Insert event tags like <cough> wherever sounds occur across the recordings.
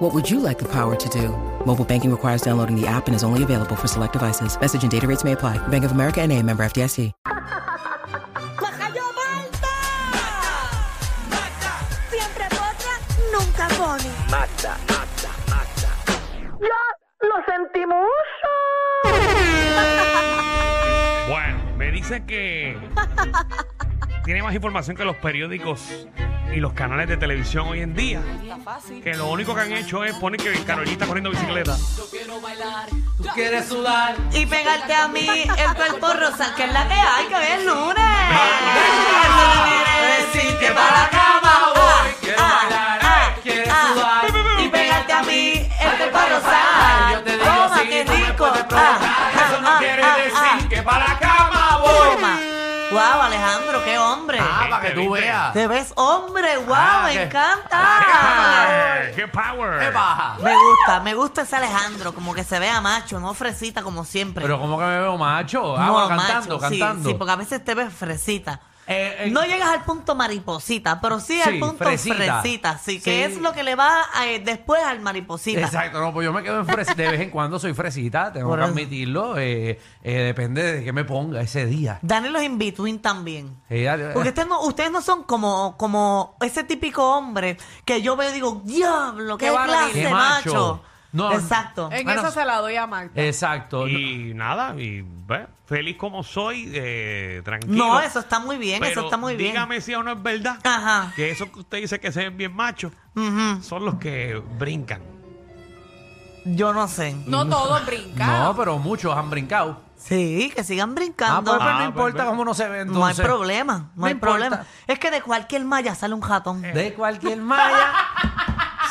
What would you like the power to do? Mobile banking requires downloading the app and is only available for select devices. Message and data rates may apply. Bank of America and a member FDIC. ¡Majayo Malta! Siempre potra, nunca pone. ¡Ya lo sentimos! Bueno, me dice que tiene más información que los periódicos y los canales de televisión hoy en día. Que lo único que han hecho es poner que Carolita corriendo bicicleta. Quieres sudar. y pegarte a mí el cuerpo rosa, que es la que hay que ver el lunes. Decir que para la cama Ah, voy. Quiero bailar. Quieres sudar. Y pegarte a mí el cuerpo rosa. Ay, Yo te digo Toma, sí, qué tú me rico. puedes Ah, provocar. ah, Eso no ah, quiere ah, decir que para la cama ah. voy. Toma. Guau, Alejandro, qué hombre. Ah, para que tú ¿Viste? veas. Te ves hombre, guau, Ah, me qué- encanta. ¡Eh, ¡Qué power! ¿Qué baja? Me gusta, me gusta ese Alejandro, como que se vea macho, no fresita como siempre. Pero como que me veo macho. Ah, No, bueno, macho, cantando, sí, cantando. Sí, porque a veces te ves fresita. Eh, eh, no llegas al punto mariposita, pero sí, al sí, punto fresita. fresita. sí, que Sí. es lo que le va eh, después al mariposita. Exacto, no, pues yo me quedo en fresita. De vez en cuando soy fresita, tengo Por que eso. admitirlo. eh, eh, depende de qué me ponga ese día. Dani los in between también. Eh, dale. Porque ustedes no, ustedes no son como, como ese típico hombre que yo veo y digo, diablo, qué, Qué varonil. clase, Qué macho". macho. No, Exacto. En Bueno, esa se la doy a Magda. Exacto. Y nada, y ve, feliz como soy, eh, tranquilo. No, eso está muy bien, eso Pero está muy bien. Dígame si o no es verdad. Ajá. Que esos que usted dice que se ven bien machos Ujú. son los que brincan. Yo no sé. No todos brincan. No, pero muchos han brincado. Sí, que sigan Ah, brincando. pero, pero Ah, no importa pues, cómo no se ve entonces. no hay problema, no, no hay importa. problema. Es que de cualquier malla sale un jatón. Eh. De cualquier malla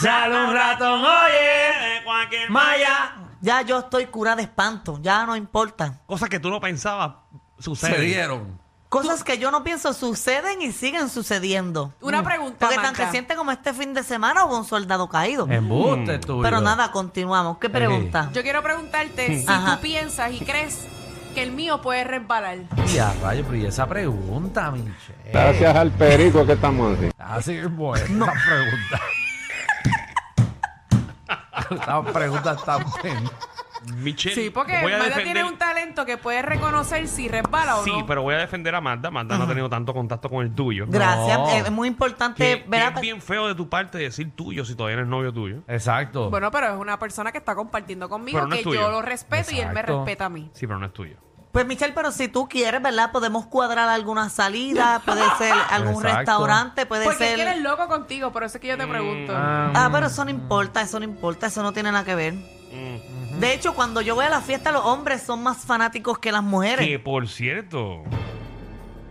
sale un ratón, oye. Eh, cualquier Maya. Ya yo estoy cura de espanto, ya no importa. Cosas que tú no pensabas suceden. Se dieron. Cosas que yo no pienso suceden y siguen sucediendo. Una pregunta, Porque tan Magda. reciente como este fin de semana hubo un soldado caído. Em, Embuste tuyo. Pero nada, continuamos. ¿Qué pregunta? Yo quiero preguntarte si Ajá. tú piensas y crees que el mío puede resbalar. Ya, rayo, pero y esa pregunta, Michelle. Gracias al perico que estamos así. Así es buena esa pregunta. <laughs> Esas preguntas tan pen- Michelle, Sí, porque voy a Magda tiene defender- un talento que puede reconocer si resbala o Sí, no. pero voy a defender a Magda. Magda no ha tenido tanto contacto con el tuyo. Gracias. No. eh, es muy Que- importante, que ¿verdad? es bien feo de tu parte decir tuyo si todavía no es novio tuyo. Exacto. Bueno, pero es una persona que está compartiendo conmigo, Pero no es que tuyo. yo lo respeto y él me Exacto. respeta a mí. Sí, pero no es tuyo. Pues Michelle, pero si tú quieres, ¿verdad? Podemos cuadrar alguna salida, puede <laughs> ser algún Exacto. restaurante, puede Porque ser... él es loco contigo, por eso es que yo Mm, te pregunto. Ah, Ah, pero eso no importa, eso no importa, eso no tiene nada que ver. Mm. De hecho, cuando yo voy a la fiesta, los hombres son más fanáticos que las Que mujeres. por cierto,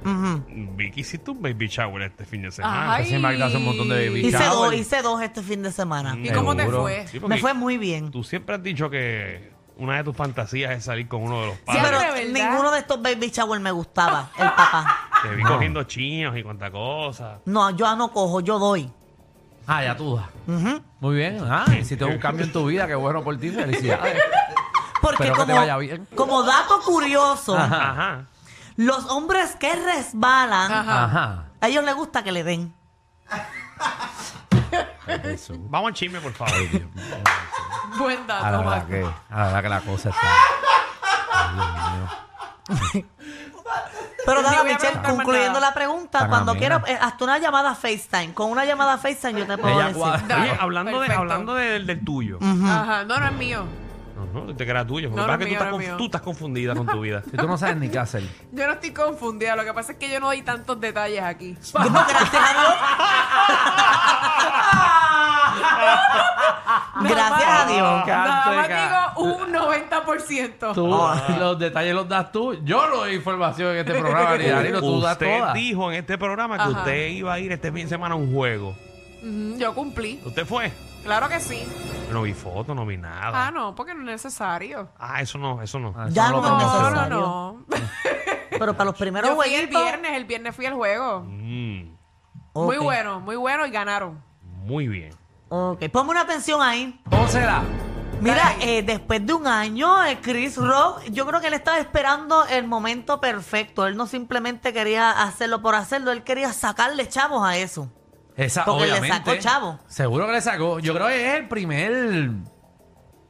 Ujú. Vicky hiciste un baby shower este fin Ah, de semana. Ajá. Pero ah, sí, Magda hace un montón de baby Hice shower. dos, hice dos este fin de semana. ¿Y cómo te seguro. eh, fue? Sí, porque Me fue muy bien. Tú siempre has dicho que una de tus fantasías es salir con uno de los Sí, padres. pero ¿verdad? ninguno de estos baby shower me gustaba, el papá. Te vi No. cogiendo chinos y cuanta cosa. No, yo no cojo, yo doy. Ah, ya tú das. Ujú. Muy bien. Ah, hiciste un cambio en tu vida. Qué bueno por ti. Felicidades. Porque Espero como, que te vaya bien. como dato curioso, Ajá. Ajá. los hombres que resbalan, Ajá. Ajá. a ellos les gusta que le den. Eso. Vamos al chisme, por favor. Buen A la dato, verdad Magda. que, a la verdad que la cosa está. Pero Ni nada, voy a Michelle, preguntar más concluyendo nada. la pregunta, Tan cuando amena. quieras, eh, hazte una llamada FaceTime. Con una llamada FaceTime yo te puedo Ella decir. cuadra. Oye, Dale, hablando, de, perfecto. hablando de- del, del tuyo. Ajá, no, no es mío. No, no, te creas tuyo. porque No, no pasa que tú, es mío, estás no es conf- mío. tú estás confundida con tu vida. Si tú no sabes ni qué hacer. Yo no estoy confundida, lo que pasa es que yo no doy tantos detalles aquí. No, gracias a Dios. gracias a Dios. Nada Canteca. más digo un 90%. Tú, <laughs> los detalles los das tú. Yo no doy información en este programa, ni Danilo, tú das usted todas. dijo en este programa que Ajá. usted iba a ir este fin de semana a un juego. Ujú, Mm, Yo cumplí. ¿Usted fue? Claro que sí. No vi foto, Ah, no vi nada. Ah, no, porque no es necesario. Ah, eso no, eso no. Ah, eso Ya no lo es No, conozco. no, necesario. no. Pero para los primeros Yo fui el jueguitos. viernes, el viernes fui al juego. Mm, Ok, Muy bueno, muy bueno y ganaron. muy bien. Ok, ponme una pensión ahí. Pónsela. Mira, Dale. eh, después de un año, eh, Chris Rock, yo creo que él estaba esperando el momento perfecto. Él no simplemente quería hacerlo por hacerlo, él quería sacarle chavos a eso. Esa, Porque le obviamente. sacó chavo. Seguro que le sacó. Yo creo que es el primer.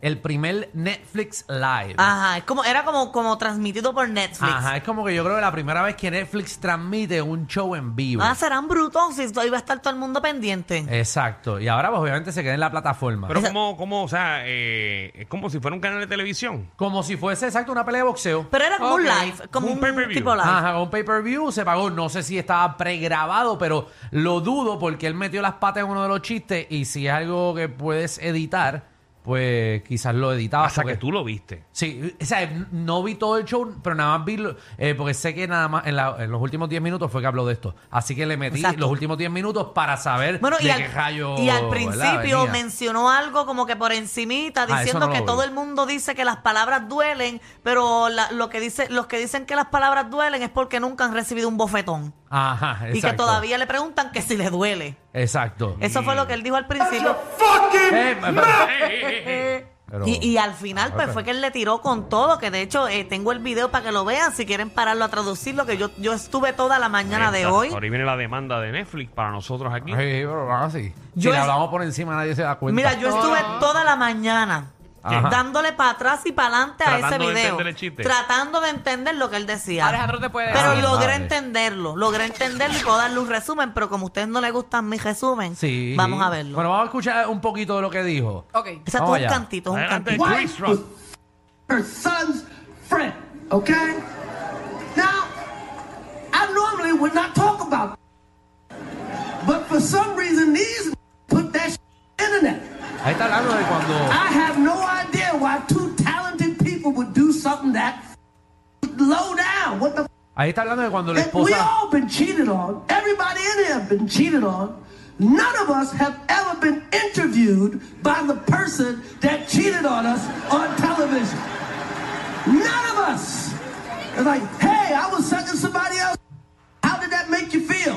El primer Netflix Live. Ajá, es como, era como, como transmitido por Ah, Netflix. Ajá, es como que yo creo que la primera vez que Netflix transmite un show en vivo. Ah, serán brutos si esto- iba a estar todo el mundo pendiente. Exacto. Y ahora, pues obviamente se queda en la plataforma. Pero como, como, o sea, eh, es como si fuera un canal de televisión. como si fuese exacto una pelea de boxeo. Pero era como Ok. un live, como Un un, pay-per-view. tipo live. Ajá, un pay-per-view se pagó. No sé si estaba pregrabado, pero lo dudo porque él metió las patas en uno de los chistes. Y si es algo que puedes editar, pues quizás lo editabas. Hasta porque- que tú lo viste. Sí, o sea, no vi todo el show, pero nada más vi, lo- eh, porque sé que nada más en, la- en los últimos 10 minutos fue que habló de esto. Así que le metí Exacto. los últimos 10 minutos para saber Bueno, de y qué al, rayo. y al ¿verdad? principio venía. mencionó algo como que por encimita, Ah, eso diciendo no lo que vi. todo el mundo dice que las palabras duelen, pero la- lo que dice, los que dicen que las palabras duelen es porque nunca han recibido un bofetón. Ajá, Y que exacto. todavía le preguntan que si le duele. Exacto. Eso fue lo que él dijo al principio. Eh, pero- Eh, eh, eh, eh. pero- Y, y al final, pues fue que él le tiró con todo, que de hecho eh, tengo el video para que lo vean, si quieren pararlo a traducirlo, que yo, yo estuve toda la mañana de Esta- hoy. Ahora viene la demanda de Netflix para nosotros aquí. Sí, pero así. Yo si le es- hablamos por encima, nadie se da cuenta. Mira, yo estuve toda la mañana Ajá. dándole para atrás y para adelante a ese Tratando de video. entender el chiste. tratando de entender lo que él decía. Alejandro te puede pero Ah, decir. logré madre. entenderlo, logré entenderlo y puedo darle un resumen, pero como a ustedes no les gustan mis resumen, Sí. vamos a verlo. Bueno, vamos a escuchar un poquito de lo que dijo. Ok. Exacto, vamos es un allá. cantito, es un Adelante, <laughs> cantito. Chris Rock. her son's friend, okay? Now, I normally would not talk about that. but for some reason these put that shit on the internet. Ahí está hablando de cuando. I have no idea why two talented people would do something that low down. What the f- Ahí está hablando de cuando la And we esposa. all been cheated on. Everybody in here have been cheated on. None of us have ever been interviewed by the person that cheated on us on television. None of us. It's like, hey, I was sucking somebody else. How did that make you feel?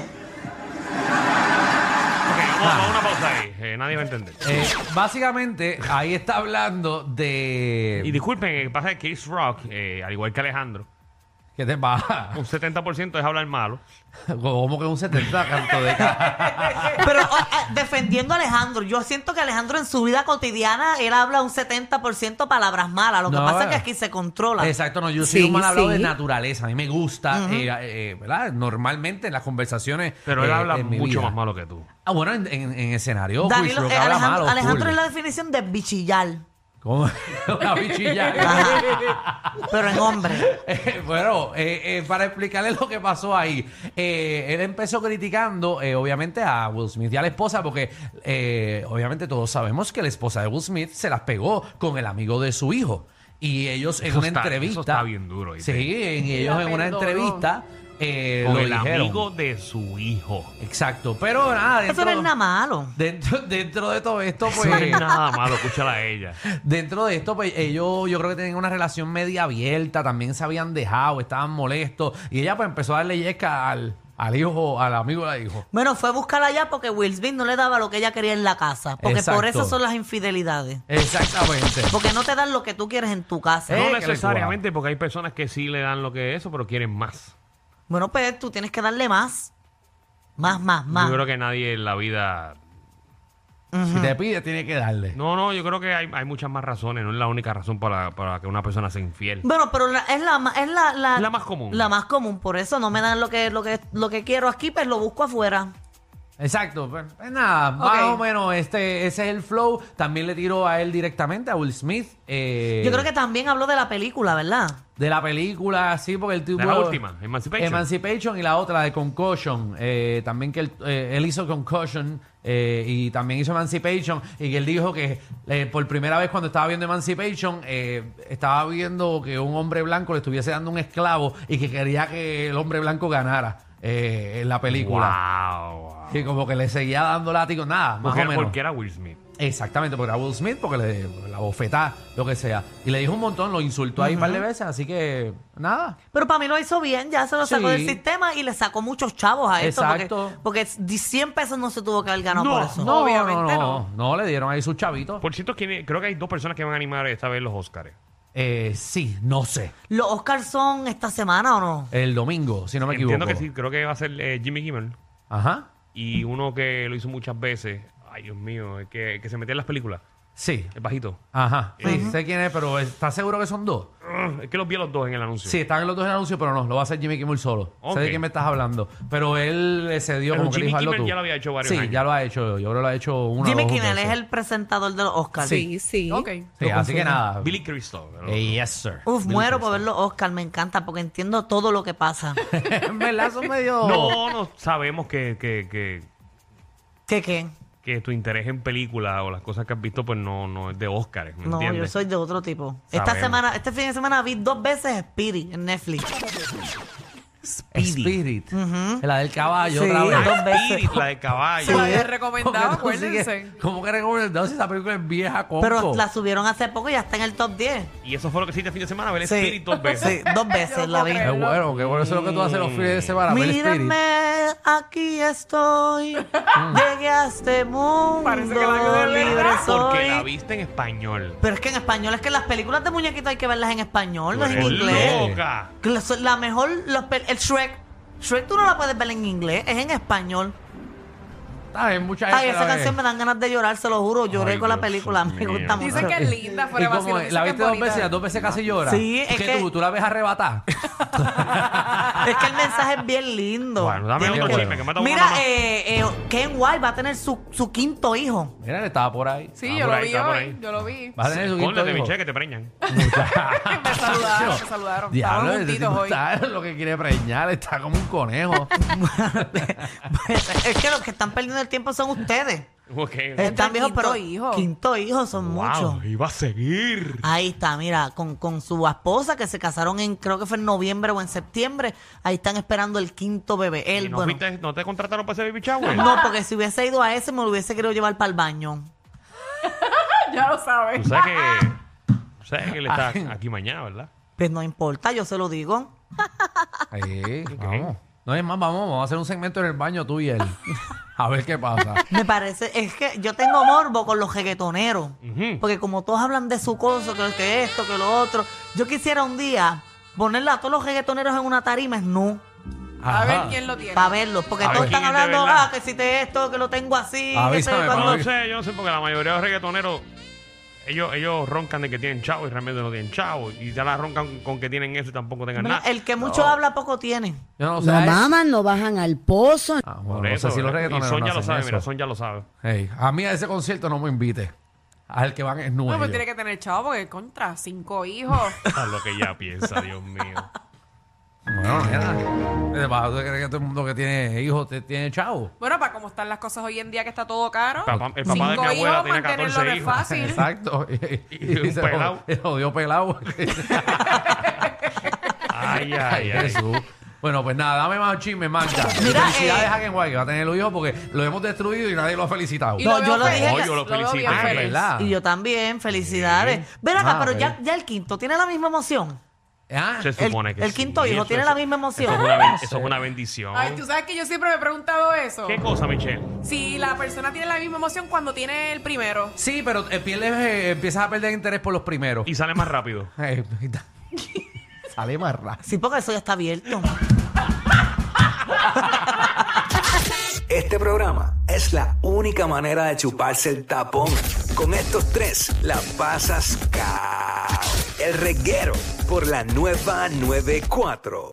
Ok, vamos a una pausa ahí. eh, nadie va a entender. eh, básicamente, ahí está hablando de. Y disculpen, lo que pasa es que Chris Rock, eh, al igual que Alejandro, ¿Qué te pasa? un 70% es hablar malo. Como que un 70 canto de <laughs> ca- Pero ah, ah, defendiendo a Alejandro, yo siento que Alejandro en su vida cotidiana él habla un 70% palabras malas. Lo que No, pasa es que eh. aquí se controla. Exacto, no, yo soy un mal hablado sí. de naturaleza. A mí me gusta, eh, eh, ¿verdad? Normalmente en las conversaciones. Pero él eh, habla en mi mucho vida. más malo que tú. Ah, bueno, en, en- en escenario. Chris Danilo- Rock eh, habla Alejandro, malo, Alejandro full. es la definición de bichillar. Como <laughs> una bichilla. Ajá. Pero en <laughs> hombre. Eh, bueno, eh, eh, para explicarles lo que pasó ahí, eh, él empezó criticando, eh, obviamente, a Will Smith y a la esposa, porque eh, obviamente todos sabemos que la esposa de Will Smith se las pegó con el amigo de su hijo. Y ellos en Eso una está- entrevista. eso está bien duro, ¿viste? Sí, en- ellos La en una perdonó. entrevista. eh, Con lo el dijeron. amigo de su hijo. Exacto, pero nada. Dentro, Eso no es nada malo. Dentro, dentro de todo esto, Eso pues. no es nada malo, escúchala a <laughs> ella. Dentro de esto, pues ellos yo creo que tenían una relación media abierta, también se habían dejado, estaban molestos. Y ella pues empezó a darle yesca al, al hijo, al amigo del hijo. Bueno, fue a buscarla allá porque Will Smith no le daba lo que ella quería en la casa. Porque por Exacto. eso son las infidelidades. Exactamente. Porque no te dan lo que tú quieres en tu casa. Eh. No que le necesariamente, porque hay personas que sí le dan lo que es eso, pero quieren más. Bueno, pues tú tienes que darle más. Más, más, más. Yo creo que nadie en la vida. Si te pide, tiene que darle. No, no, yo creo que hay, hay muchas más razones. No es la única razón para, para que una persona sea infiel. Bueno, pero la- es, la, ma- es la, La más común. La más común. Por eso no me dan lo que, lo que, lo que quiero aquí, pues lo busco afuera. Exacto. Pues, pues, nada, más Ok. o menos este, ese es el flow. También le tiró a él directamente, a Will Smith. eh, Yo creo que también habló de la película, ¿verdad? De la película, sí, porque el tipo... la última, Emancipation. Emancipation y la otra de Concussion. eh, también que él, eh, él hizo Concussion eh, y también hizo Emancipation. Y que él dijo que eh, por primera vez cuando estaba viendo Emancipation, eh, estaba viendo que un hombre blanco le estuviese dando un esclavo y que quería que el hombre blanco ganara eh, en la película. Wow. Que como que le seguía dando látigo, nada, más Porque, o menos. porque era Will Smith. Exactamente, porque era Will Smith, porque le la bofetá, lo que sea. Y le dijo un montón, lo insultó ahí un par de veces, así que nada. Pero para mí lo hizo bien, ya se lo sacó Sí. del sistema y le sacó muchos chavos a esto. Exacto. Porque, porque 100 pesos no se tuvo que haber ganado No, por eso. No, Obviamente no, no, no, le dieron ahí sus chavitos. Por cierto, ¿quién es? creo que hay dos personas que van a animar esta vez los Oscars. Eh, sí, no sé. ¿Los Oscars son esta semana o no? El domingo, si no me equivoco. Entiendo que sí, creo que va a ser eh, Jimmy Kimmel. Ajá. Y uno que lo hizo muchas veces. Ay, Dios mío, el que, el que se metía en las películas. Sí. El bajito. Ajá. Sí, sé quién es, pero ¿estás seguro que son dos? Ugh, Es que los vi a los dos en el anuncio. Sí, están los dos en el anuncio, pero no, lo va a hacer Jimmy Kimmel solo. Sé Ok. de quién me estás hablando. Pero él eh, se dio Pero como que le Jimmy dijo hazlo Kimmel tú. ya lo había hecho varios Sí, años. ya lo ha hecho. Yo creo que lo ha hecho una Jimmy dos Kimmel es veces. el presentador de los Oscars. Sí. Sí. Ok. Sí, así que nada. Billy Crystal. ¿no? Eh, yes, sir. Uf, <laughs> Billy muero Crystal. por ver los Oscars, me encanta porque entiendo todo lo que pasa. En verdad son Oh. medio... No, no sabemos que, que, que, ¿Qué qué? que tu interés en películas o las cosas que has visto, pues no, no es de Oscars. ¿me No, yo entiendes? soy de otro tipo. Esta Sabemos. semana, este fin de semana vi dos veces Spirit en Netflix. Spirit. La del caballo Sí. otra vez. dos Ah, veces. Spirit, la de caballo. Se lo había ¿Cómo que recomendado, tú sigues- Pues acuérdense. ¿Cómo que recomendado si esa película es vieja, conco? Pero la subieron hace poco y ya está en el top 10. Y eso fue lo que hiciste el fin de semana, ver Sí. Spirit dos Sí, veces. Ah, <laughs> dos veces la vi. Qué bueno, qué bueno. Eso es lo que tú haces los fines de semana. ver Spirit. Mírame, aquí estoy. Llegué a este mundo. Parece que la vio de libre verdad. Porque la soy. viste en español. Pero es que en español, es que las películas de muñequitos hay que verlas en español, no es en Eres inglés. loca. La, la mejor, los pe- el Shrek. Shrek tú no la puedes ver en inglés, es en español. Está bien, mucha gente Ay, esa la ve. canción me dan ganas de llorar, se lo juro. Lloré Ay, con la Dios película, me mío. gusta mucho. Dicen que es linda, ¿Y fuera de cómo vacilo. es? dicen ¿La que es viste dos bonita. veces y las dos veces casi llora? Sí, es ¿Qué que- tú? ¿Tú la ves arrebatada? <laughs> es que el mensaje es bien lindo. Bueno, dame Tienes otro que- chisme, que me ha dado una Mira, más. eh, eh, Ken White va a tener su, su quinto hijo. <laughs> Mira, él estaba por ahí. Sí, Ah, yo por lo ahí, vi está por hoy. ahí. Yo <laughs> lo vi. Va a tener su quinto Cóndete, hijo. <laughs> Michelle, que te preñan. <laughs> Me saludaron, me saludaron. Diablo, Estaban ese juntitos tipo hoy. está lo que quiere preñar. Está como un <laughs> conejo. es que los que están perdiendo el tiempo son ustedes. Ok. Están el viejos, quinto pero hijo. quinto hijo son muchos. Wow, iba a seguir. Ahí está, mira, con, con su esposa que se casaron en, creo que fue en noviembre o en septiembre. Ahí están esperando el quinto bebé. ¿Y Él, no, bueno. fuiste- no te contrataron para ser baby shower? No, porque si hubiese ido a ese, me lo hubiese querido llevar para el baño. <laughs> Ya lo Tú sabes. sabes que, tú sabes que <laughs> él está Ah. aquí mañana, ¿verdad? Pues no importa, yo se lo digo. Ahí, vamos. No es más, vamos, vamos a hacer un segmento en el baño tú y él. A ver qué pasa. Me parece, es que yo tengo morbo con los reggaetoneros. Ujú. Porque como todos hablan de su cosa, que, que esto, que lo otro, yo quisiera un día ponerle a todos los reggaetoneros en una tarima, es no. A ver Ajá. quién lo tiene. Para verlos, porque A todos ver quién están es de hablando, verdad. ah, que si te esto, que lo tengo así. que Avísame, estoy Yo cuando- Pablo. no sé, yo no sé, porque la mayoría de los reggaetoneros, ellos, ellos roncan de que tienen chavo y realmente no tienen chavo. Y ya la roncan con que tienen eso y tampoco tengan Mira, nada. El que mucho habla, poco tiene. Yo no sé. No maman, no bajan al pozo. Ah, Por bueno, no eso, sé si los ¿verdad? reggaetoneros y Son no ya lo hacen sabe, eso. mira, Son ya lo sabe. Ey, a mí a ese concierto no me invite. Al que van es nuevo. No, pues tiene que tener chavo porque contra <laughs> cinco hijos. A lo que ya piensa, <laughs> Dios mío. Bueno, nena. ¿Qué te pasa? ¿Tú crees que todo el mundo que tiene hijos te- tiene chavo? Bueno, para cómo están las cosas hoy en día que está todo caro. Papá- el papá de cinco mi abuela hijos, tenía 14 mantenerlo no es hijos. fácil. Exacto. <laughs> Y <laughs> un se pelao. jod- se <laughs> jodió pelado. <laughs> Ay, ay, ay. Jesús. Bueno, pues nada, dame más chisme, Magda. Mira, Felicidades eh, a Ken White, que va a tener los hijos porque lo hemos destruido y nadie lo ha felicitado. Y No, veo yo lo feliz. dije que- Yo lo veo bien felicito, feliz. es Ah. verdad. Y yo también, felicidades. Ven acá, Ah, pero ya, ok. ya el quinto tiene la misma emoción. Ah, Se El- supone que el sí. quinto hijo Eso tiene es- la misma emoción. Eso es <laughs> una, ben- eso es una bendición. Ay, tú sabes que yo siempre me he preguntado eso. ¿Qué cosa, Michelle? Si la persona tiene la misma emoción cuando tiene el primero. Sí, pero eh, pierdes, eh, empiezas a perder interés por los primeros. Y sale más rápido. Eh, Sale más rápido. Sí, porque eso ya está abierto. Este programa es la única manera de chuparse el tapón. Con estos tres la pasas cao. El reguero por la nueva 94.